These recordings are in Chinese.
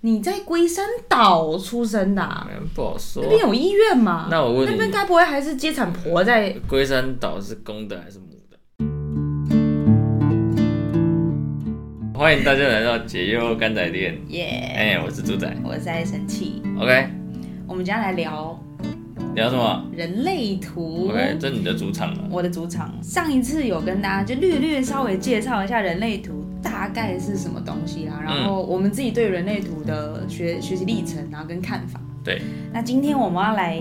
你在龟山岛出生的啊、嗯不好说那。边有医院吗？那我问那边你，该不会还是接产婆在？龟山岛是公的还是母的？欢迎大家来到解忧干仔店，耶、哎、我是猪仔。我在生气。 OK，我们今天来聊聊什么人类图。 ？OK，这是你的主场了。我的主场上一次有跟大家就略略稍微介绍一下人类图大概是什么东西嗯啦，然后我们自己对人类图的学学习历程然后跟看法。对，那今天我们要来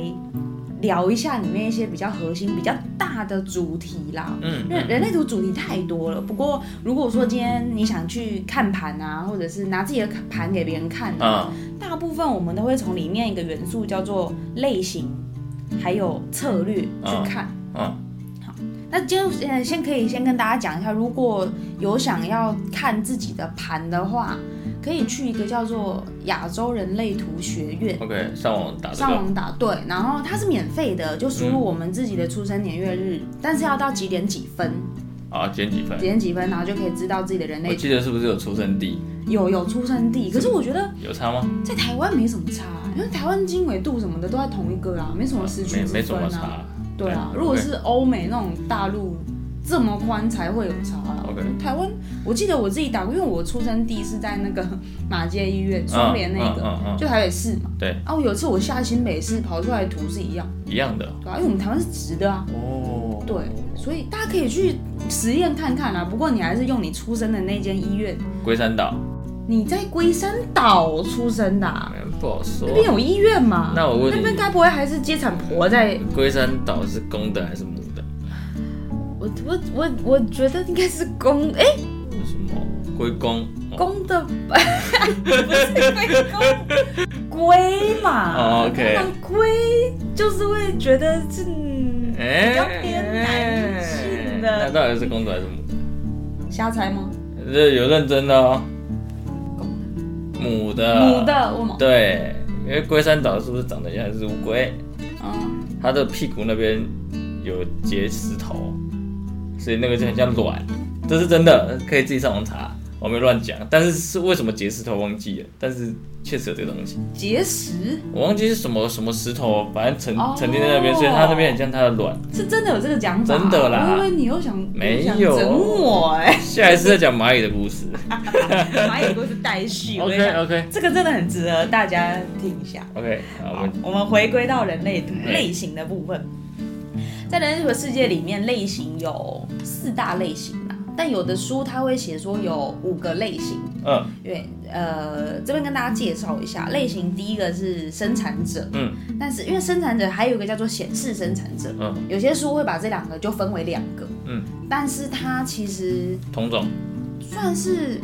聊一下里面一些比较核心、比较大的主题啦。嗯因为人类图主题太多了，不过如果说今天你想去看盘啊，或者是拿自己的盘给别人看啊、啊、大部分我们都会从里面一个元素叫做类型，还有策略去看。嗯那今天呃，先可以先跟大家讲一下，如果有想要看自己的盘的话，可以去一个叫做亚洲人类图学院。 ，OK，上网打这上个。网打对，然后它是免费的，就输入我们自己的出生年月日，但是要到几点几分，啊，减几分几？点几分，然后就可以知道自己的人我类记得是不是有出生地？有有出生地。可是我觉得有差吗？在台湾没什么差，因为台湾经纬度什么的都在同一个啊，没什么时区没之没什分么啊。差。对啊，对如果是欧美那种大陆这么宽才会有差啊。 OK 台湾，我记得我自己打过，因为我出生地是在那个马街医院，苏联那个，嗯嗯嗯就台北市嘛。对。啊，我有一次我下新北市跑出来的图是一样，嗯，一样的。对啊，因为我们台湾是直的啊。哦对，所以大家可以去实验看看啊。不过你还是用你出生的那间医院，龟山岛，你在龟山岛出生的、啊，嗯不好说那。边有医院嘛？那我问你那边该不会还是接产婆在？龟山岛是公的还是母的？我我我我觉得应该是公哎。为什么龟公？哦公的 不是龟公龟嘛、哦，OK 那龟就是会觉得是嗯哎比较偏男性的那到底是公的还是母的？瞎猜吗？这有认真的哦，公母的。母。的我吗？对，因为龟山岛是不是长得像一只乌龟？嗯，它的屁股那边有结石头，所以那个就很像卵。这是真的，可以自己上网查，我没乱讲。但是是为什么结石头忘记了？但是确实有这个东西，结石我忘记是什么什么石头，反正沉哦沉淀在那边，所以它那边很像它的卵。是真的有这个讲法，啊真的啦我以为你又想没有你又想整我 哎、下一次再讲蚂蚁的故事。蚂蚁都是代序。我跟你 OK 讲 OK 这个真的很值得大家听一下。 OK，好，我好们，我们回归到人类图哎类型的部分，在人类图的世界里面，类型有四大类型啦，但有的书它会写说有五个类型。嗯因为呃，这边跟大家介绍一下，类型第一个是生产者，嗯，但是因为生产者还有一个叫做显示生产者，嗯，有些书会把这两个就分为两个，嗯，但是它其实童总，算是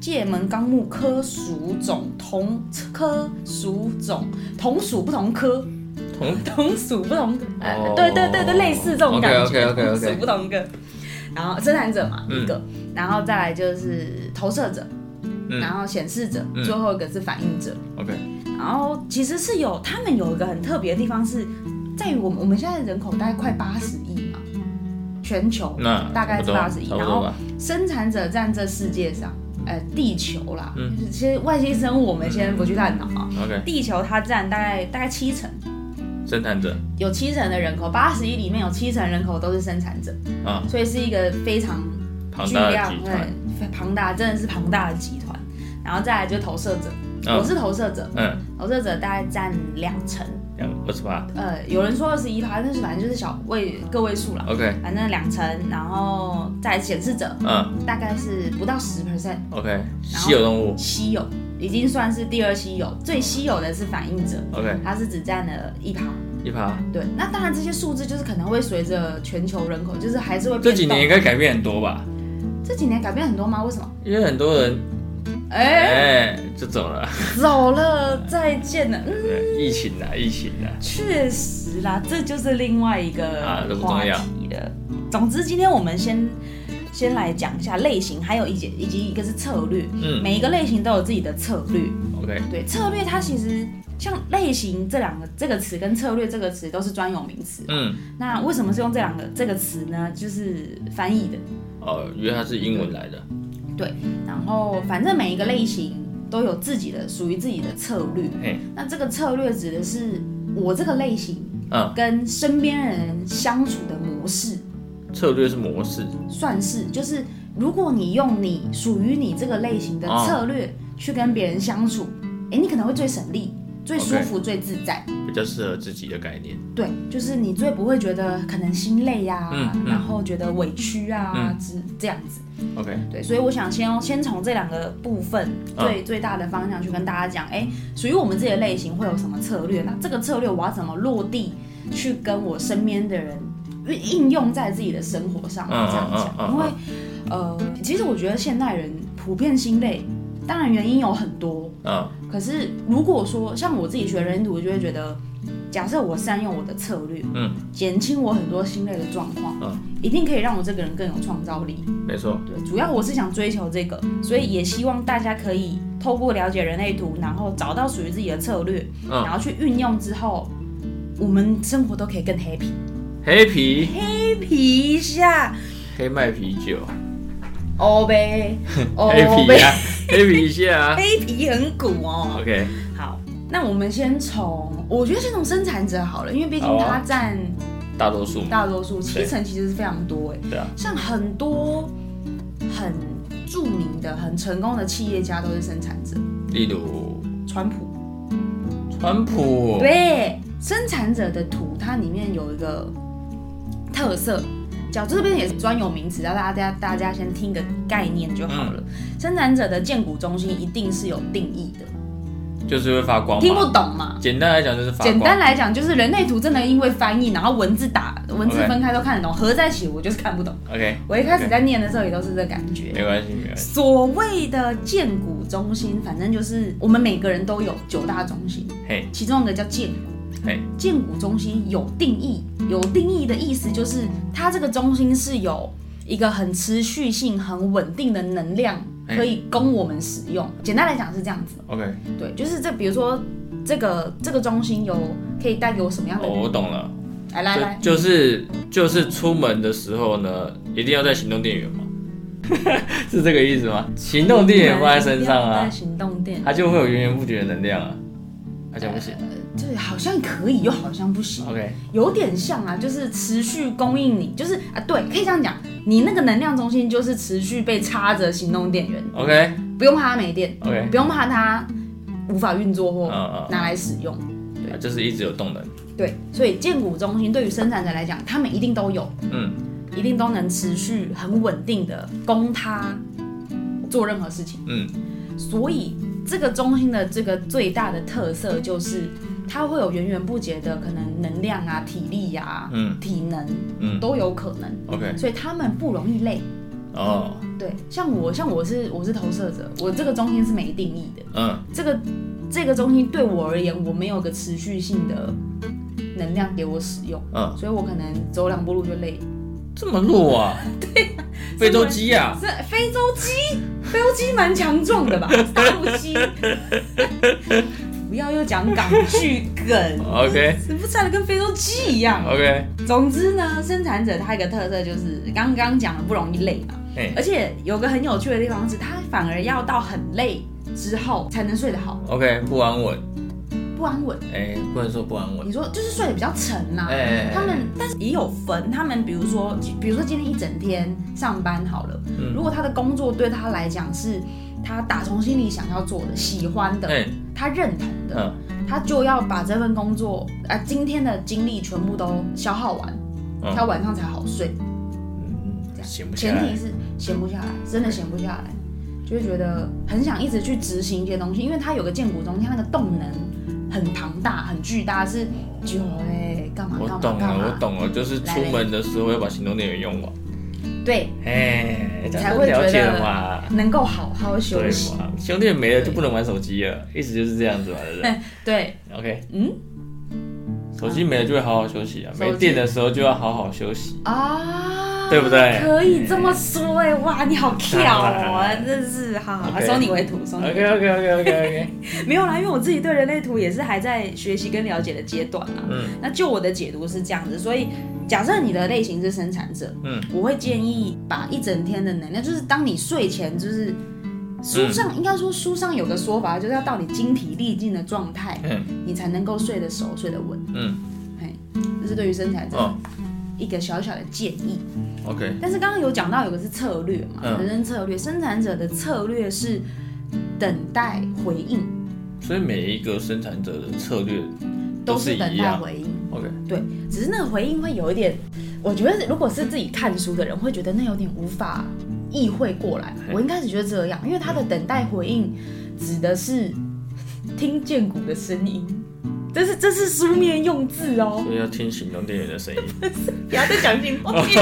界门纲目科属种同科属种同属不同科， 童同属不同科，呃哦对对对对，类似这种感觉 OK，OK，OK，OK 同属不同科。然后生产者嘛嗯一个，然后再来就是投射者，嗯然后显示者，嗯最后一个是反应者。 OK，然后其实是有他们有一个很特别的地方是在于我们我们现在人口大概快八十亿嘛，全球那哦大概差是不多八十亿，差不然多后吧。生产者占这世界上，呃，地球啦，嗯就是其实外星生物我们先不去探讨啊， OK，地球它占大概大概七成，生产者，有七成的人口，八十亿里面有七成人口都是生产者，啊，所以是一个非常庞巨大量的集团，对庞大，真的是庞大的集团。然后再来就投射者，我嗯是投射者，嗯，投射者大概占两成，两二十八呃，有人说二十一趴，但是反正就是小位个位数啦， ，OK，反正两成，然后再来显示者嗯大概是不到十 percent。 ，OK，稀有动物稀有，已经算是第二稀有，最稀有的是反应者， ，OK，它是只占了一趴。一趴，对，那当然这些数字就是可能会随着全球人口，就是还是会变动。这几年应该改变很多吧？这几年改变很多吗？为什么？因为很多人哎、哎就走了，走了，再见了。嗯，对疫情啊，疫情啊，确实啦，这就是另外一啊个这不话重要题了。总之，今天我们先先来讲一下类型，还有一节以及一个是策略。嗯每一个类型都有自己的策略。 ，OK，对，策略它其实像类型这两个这个词跟策略这个词都是专有名词。嗯，那为什么是用这两个这个词呢？就是翻译的。哦，因为它是英文来的，然后反正每一个类型都有自己的属于自己的策略嘿。那这个策略指的是我这个类型嗯，跟身边人相处的模式，策略是模式，算是就是如果你用你属于你这个类型的哦策略去跟别人相处，诶，你可能会最省力、最舒 OK 服、最自在。比较适合自己的概念。对，就是你最不会觉得可能心累呀、嗯嗯然后觉得委屈啊，嗯之、这样子。 OK，对，所以我想先先从这两个部分嗯最、最大的方向去跟大家讲，哎，属于我们自己的类型会有什么策略？那这个策略我要怎么落地去跟我身边的人运应用在自己的生活上？嗯这样讲，嗯嗯嗯因为呃，其实我觉得现代人普遍心累，当然原因有很多，嗯可是如果说像我自己学人图，我就会觉得，假设我善用我的策略，嗯，减轻我很多心累的状况，嗯，一定可以让我这个人更有创造力。没错，对，主要我是想追求这个，所以也希望大家可以透过了解人类图，然后找到属于自己的策略，嗯然后去运用之后，我们生活都可以更 happy。黑啤 happy 一下，黑麦啤酒，哦呗，哦 黑啤呗啊，黑啤一下 啊。 ，happy 很鼓哦。 OK，好，那我们先从，我觉得先从生产者好了，因为毕好竟它啊占大多数嘛，大多数，七对成其实是非常多哎。对啊，像很多很著名的、很成功的企业家都是生产者，例如川普。哦川普，对，生产者的图它里面有一个特色，角这边也是专有名词，让大家大家先听个概念就好了。嗯生产者的建股中心一定是有定义的，就是会发光听不嘛。懂嘛？简单来讲就是发简光单，来讲，就是人类图真的因为翻译，然后文字打文字 OK 分开都看得懂合在一起我就是看不懂。 OK，我一开始 OK 在念的时候也都是这感觉。没关系，没关系。所谓的建股中心，反正就是我们每个人都有九大中心，嘿，其中一个叫建股。嘿建股中心有定义，有定义的意思就是它这个中心是有一个很持续性、很稳定的能量，嘿可以供我们使用。简单来讲是这样子， OK，对，就是这，比如说这个这个中心有可以带给我什么样的哦，？我懂了，来来来，就就是就是出门的时候呢，一定要带行动电源 嘛，是这个意思吗？行动电源放在身上带啊，行动电，它就会有源源不绝的能量啊，而且不行。对，好像可以，又好像不行。 OK，有点像啊，就是持续供应你，就是啊，对，可以这样讲，你那个能量中心就是持续被插着行动电源， OK，不用怕它没电， OK，不用怕它无法运作嗯或嗯拿来使用。嗯，它就是一直有动能。对，所以建股中心对于生产者来讲，他们一定都有，嗯一定都能持续很稳定的供它做任何事情。嗯，所以这个中心的这个最大的特色就是，它会有源源不竭的可能能量啊、体力呀、嗯体能嗯都有可能。 ，OK，所以他们不容易累。哦，对，像我，像我是我是投射者，我这个中心是没定义的。嗯这个这个中心对我而言，我没有个持续性的能量给我使用，嗯，所以我可能走两步路就累。这么弱啊？ 对，非洲鸡啊呀，是非洲鸡，非洲鸡蛮强壮的吧？大陆鸡。不要又讲港剧梗， OK 是不是唱的跟非洲鸡一样？ OK，总之呢，生产者他一个特色就是刚刚讲的不容易累嘛，嘿而且有个很有趣的地方是，他反而要到很累之后才能睡得好， ，OK，不安稳，不安稳。哎，不能说不安稳，你说就是睡得比较沉啊呐、哎哎哎哎他们但是也有分，他们比如说，比如说今天一整天上班好了，嗯如果他的工作对他来讲是他打从心里想要做的、喜欢的、哎，他认同的，嗯他就要把这份工作啊、今天的精力全部都消耗完，嗯他晚上才好睡。嗯，行不行前？提是闲不下来，真的闲不下来，就会觉得很想一直去执行一些东西，因为它有个建股中心，它那个动能很庞大、很巨大，是就哎干嘛我干嘛懂干了，我嘛，懂了，就是出门的时候要把行动电源用完，对，哎，这嗯样才会觉了解了得嘛。能够好好休对息。嘛，行动电源没了就不能玩手机了，意思就是这样子嘛，对 不对对， ？OK，嗯手机没了就会好好休息啊， 手机没电的时候就要好好休息。啊，对不对可以这么说哎，哇，你好跳啊，当 然真是好好， OK 收你为徒，收你 OK 为徒。 OK OK OK OK，没有啦，因为我自己对人类图也是还在学习跟了解的阶段啦。嗯那就我的解读是这样子，所以假设你的类型是生产者，嗯我会建议把一整天的能量，就是当你睡前就是书嗯上应该说书上有个说法，就是要到你精疲力尽的状态，嗯你才能够睡得熟、睡得稳。嗯，嘿，这是对于身材这哦一个小小的建议。 ，OK，但是刚刚有讲到有个是策略嘛，嗯人生策略，生产者的策略是等待回应，所以每一个生产者的策略都是是等一待样回应。 ，OK，对，只是那个回应会有一点，我觉得如果是自己看书的人，会觉得那有点无法意会过来。嘿我一开始觉得这样，因为他的等待回应指的是听见鼓的声音，这是这是书面用字哦， 所以要听行动电源 的声音。不要再讲进充电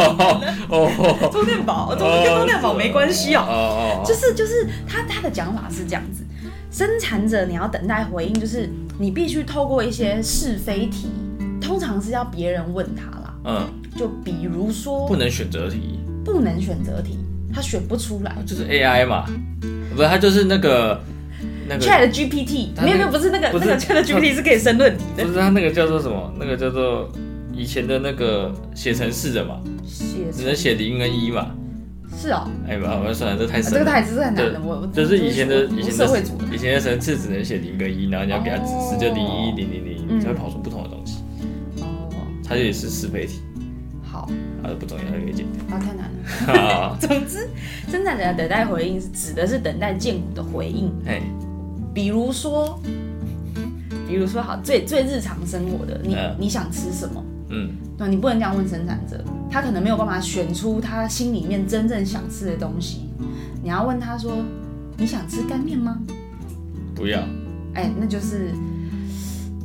哦，充电宝，充跟充电宝没关系哦。哦就哦，是就是他他的讲法是这样子，生产者你要等待回应，就是你必须透过一些是非题，通常是要别人问他啦，嗯，就比如说不能选择题，啊不能选择题，他选不出来。就是 AI 嘛，不是，它就是那个那个， Chat GPT 他没那个有没有，不是那个不是那个 Chat GPT 是可以申论题的不。是它那个叫做什么？那个叫做以前的那个写程式的嘛，写只能写零跟一嘛。是哦，啊哎，不好，我算了，这太这深个了。太这个太难对了，我我就是以前的我以我前社会哦的主义以前的程式只能写零跟一，然后你要给它指示，就零一零零嗯零，才会跑出不同的东西。哦，它也是是非题，好，啊，不重要，可 以剪啊太难了。掉。总之，生产者的等待回应是指的是等待建股的回应，哎，比如说，比如说好最最日常生活的，你嗯你想吃什么？嗯对，你不能这样问生产者，他可能没有办法选出他心里面真正想吃的东西。你要问他说：“你想吃干面吗不要，？”哎、那就是，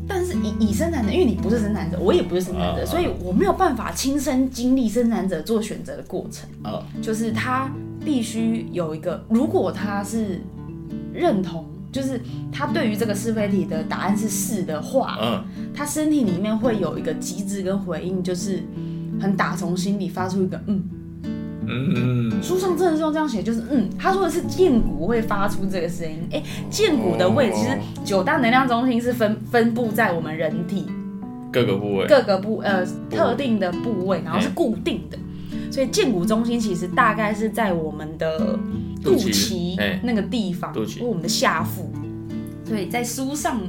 但是以以生产者，因为你不是生产者，我也不是生产者，啊所以我没有办法亲身经历生产者做选择的过程。哦，就是他必须有一个，如果他是认同，就是他对于这个是非题的答案是是的话，嗯。他身体里面会有一个机制跟回应，就是很打从心里发出一个嗯。嗯，书上真的是用这样写，就是嗯，他说的是剑骨会发出这个声音。哎、剑骨的位置，其实哦九大能量中心是分分布在我们人体各个部位，各个部呃特定的部位，然后是固定的。所以剑骨中心其实大概是在我们的肚肚脐脐哎那个地方，肚脐或我们的下腹。所以在书上，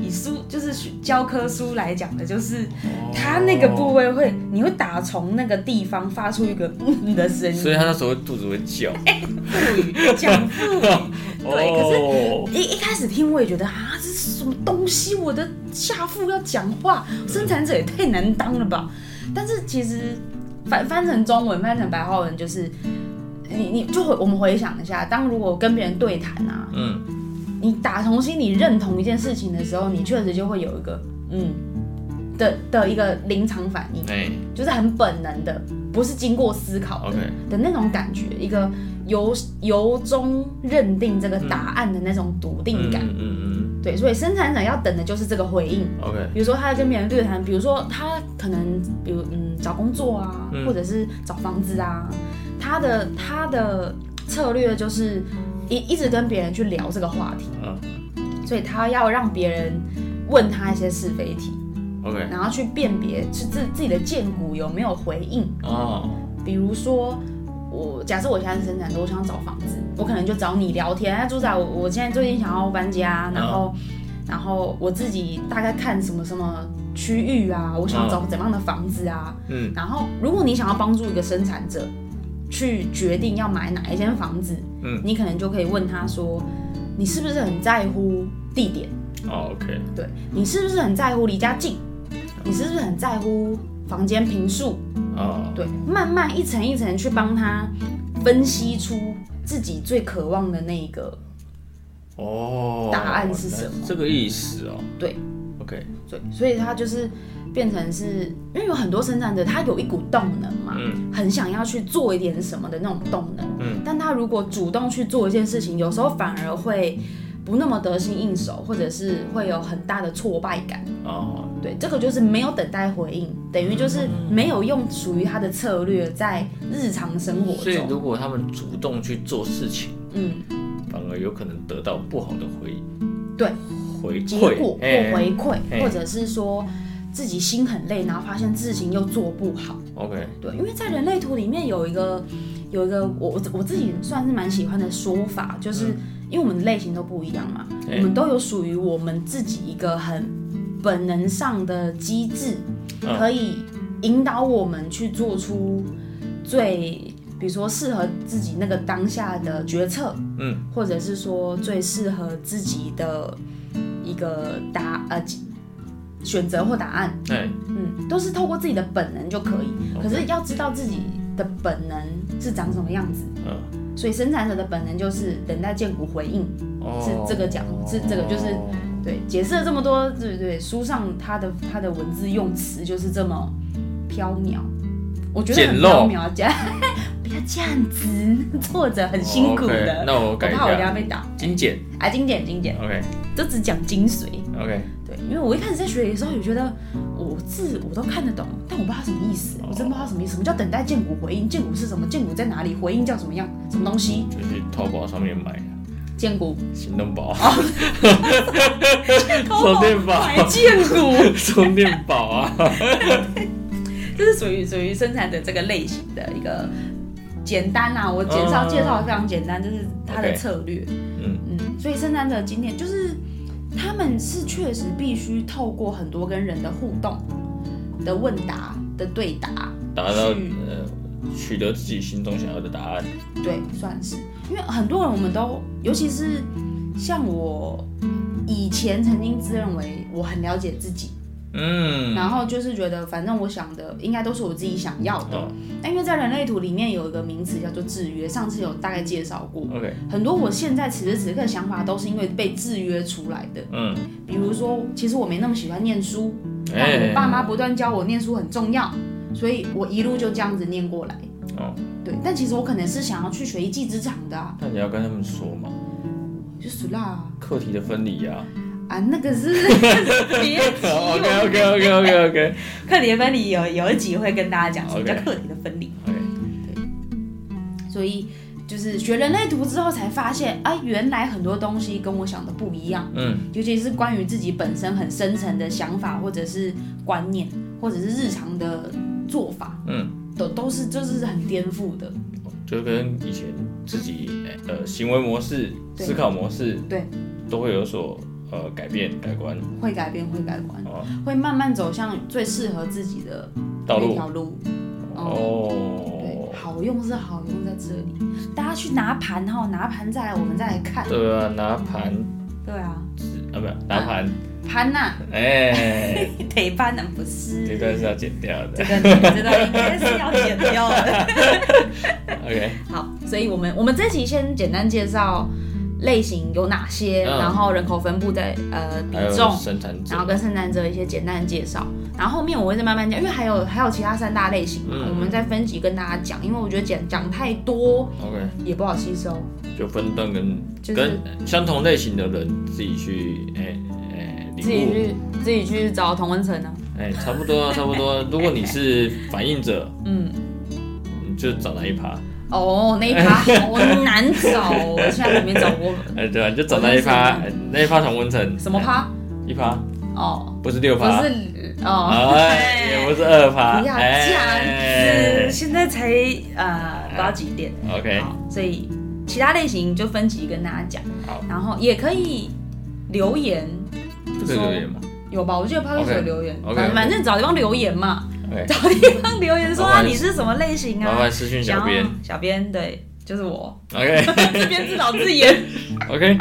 以书就是教科书来讲的，就是它那个部位，位会，你会打从那个地方发出一个嗯的声音，哦所以他那时候肚子会叫。哎 腹语讲腹语。哦，一一开始听我也觉得啊，这是什么东西？我的下腹要讲话，生产者也太难当了吧？但是其实翻翻成中文，翻成白话文就是。你你就回我们回想一下，当如果跟别人对谈啊，嗯，你打从心里认同一件事情的时候，你确实就会有一个嗯的的一个临场反应，哎就是很本能的，不是经过思考的，OK，的那种感觉，一个由由衷认定这个答案的那种笃定感。嗯嗯对，所以生产者要等的就是这个回应。嗯，OK，比如说他在跟别人对谈，比如说他可能，比如嗯找工作啊，嗯或者是找房子啊，他的他的策略就是一一直跟别人去聊这个话题，嗯所以他要让别人问他一些是非题， ，OK，然后去辨别是自自己的荐股有没有回应。哦，比如说，我假设我现在是生产者，我想找房子，我可能就找你聊天。哎，朱仔，我我现在最近想要搬家，然后、然后我自己大概看什么什么区域啊，我想找怎样的房子啊。嗯然后，如果你想要帮助一个生产者去决定要买哪一间房子，嗯你可能就可以问他说，你是不是很在乎地点？哦，OK，对你是不是很在乎离家近？你是不是很在乎房间平数？哦，对，慢慢一层一层去帮他分析出自己最渴望的那一个。哦，这个意思哦对，OK，对，所以他就是变成是，因为有很多生产者，他有一股动能嘛，嗯很想要去做一点什么的那种动能。嗯，但他如果主动去做一件事情，有时候反而会不那么得心应手，或者是会有很大的挫败感。哦，对，这个就是没有等待回应，等于就是没有用属于他的策略在日常生活所以中。如果他们主动去做事情，嗯，反而有可能得到不好的回对。回结馈，哎果或回嘿馈，或者是说自己心很累，然后发现事情又做不好。 ，OK，对，因为在人类图里面有一个有一个我我我自己算是蛮喜欢的说法，就是因为我们的类型都不一样嘛，对我们都有属于我们自己一个很本能上的机制，嗯可以引导我们去做出最。比如说适合自己那个当下的决策，嗯，或者是说最适合自己的一个答呃选择或答案，哎，嗯，都是透过自己的本能就可以。可是要知道自己的本能是长什么样子，嗯，所以生产者的本能就是等待剑骨回应。哦，这个讲是这个就是对，解释了这么多，对对对，书上它的它的文字用词就是这么缥缈，我觉得很简陋缥缈，简 不要这样子， 作者很辛苦哦 OK，的，那我我改一怕我等下，下被打。精简啊，经典经典， ，OK 就只讲精髓。 OK，对，因为我一开始在学的时候也觉得我字我都看得懂，但我不知道它什么意思，我真不知道它什么意思。什么叫等待剑骨回应？剑骨是什么？剑骨在哪里？回应叫什么样？什么东西？就去淘宝上面买啊剑骨，行动宝，啊哦淘宝店吧买剑骨， 充电宝啊， 这是属于属于生产者这个类型的一个简单啊，我介绍、嗯介绍得非常简单，就是它的 OK 策略。嗯嗯，所以生产者今天就是他们是确实必须透过很多跟人的互动的问答的对答，达到去呃取得自己心中想要的答案，对，算是，因为很多人我们都，尤其是像我以前曾经自认为我很了解自己，嗯，然后就是觉得反正我想的应该都是我自己想要的哦。但因为在人类图里面有一个名词叫做制约，上次有大概介绍过。 OK，很多我现在此时此刻的想法都是因为被制约出来的，嗯，比如说，其实我没那么喜欢念书，但哎我爸妈不断教我念书很重要，所以我一路就这样子念过来。哦，对，但其实我可能是想要去学一技之长的啊，那你要跟他们说嘛，就死啦啊课题的分离啊啊，那个 是别提我，OK OK OK OK OK 课题的分离有有一集会跟大家讲什么叫 OK 课题的分离， OK，所以就是学人类图之后才发现啊，原来很多东西跟我想的不一样，嗯尤其是关于自己本身很深层的想法或者是观念，或者是日常的做法，嗯，都都是就是很颠覆的，就跟以前自己呃行为模式、对思考模式对，都会有所呃改变改观会改变会改观，哦会慢慢走向最适合自己的道那路条路。对，哦，好用是好用在这里，大家去拿盘哈，拿盘再来，我们再来看。对啊，拿盘对啊，啊，不是拿盘，盘呐、哎， 得盘呢不是？这段是要剪掉 这的个你知道应该是要剪掉的。 ，OK，好，所以我们我们这期先简单介绍类型有哪些，嗯然后人口分布在呃比还有重。生产者然后，跟圣诞者一些简单的介绍，然后后面我会再慢慢讲，因为还有还有其他三大类型嘛，嗯我们再分级跟大家讲，因为我觉得讲讲太多 OK，也不好吸收，就分段跟就是跟相同类型的人自己去，哎哎，自己领悟，去自己去找同温层啊，哎，差不多差不 多。啊如果你是反应者，嗯。你就找那一趴，哦，那一趴好难找哦，我现在还没找过哎，对吧？你就找那一趴，哎那一趴同温层，什么趴一趴，哦，不是六不趴，是哦，哎，也不是二趴，不要这哎哎样子，现在才呃不知道几点， OK，好，所以其他类型就分级跟大家讲好，然后也可以留言，这个留言嘛有吧？我记得 p o d c OK，有留言， OK，反 OK 反正找地方留言 嘛， ，OK，找地方留言说麻啊烦你是什么类型麻啊？烦私讯想小要编小编对，就是我 ，OK 自编自导自演， OK，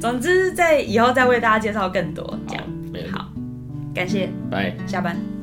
总之在以后再为大家介绍更多这好样。，没问题好，感谢，拜。下班。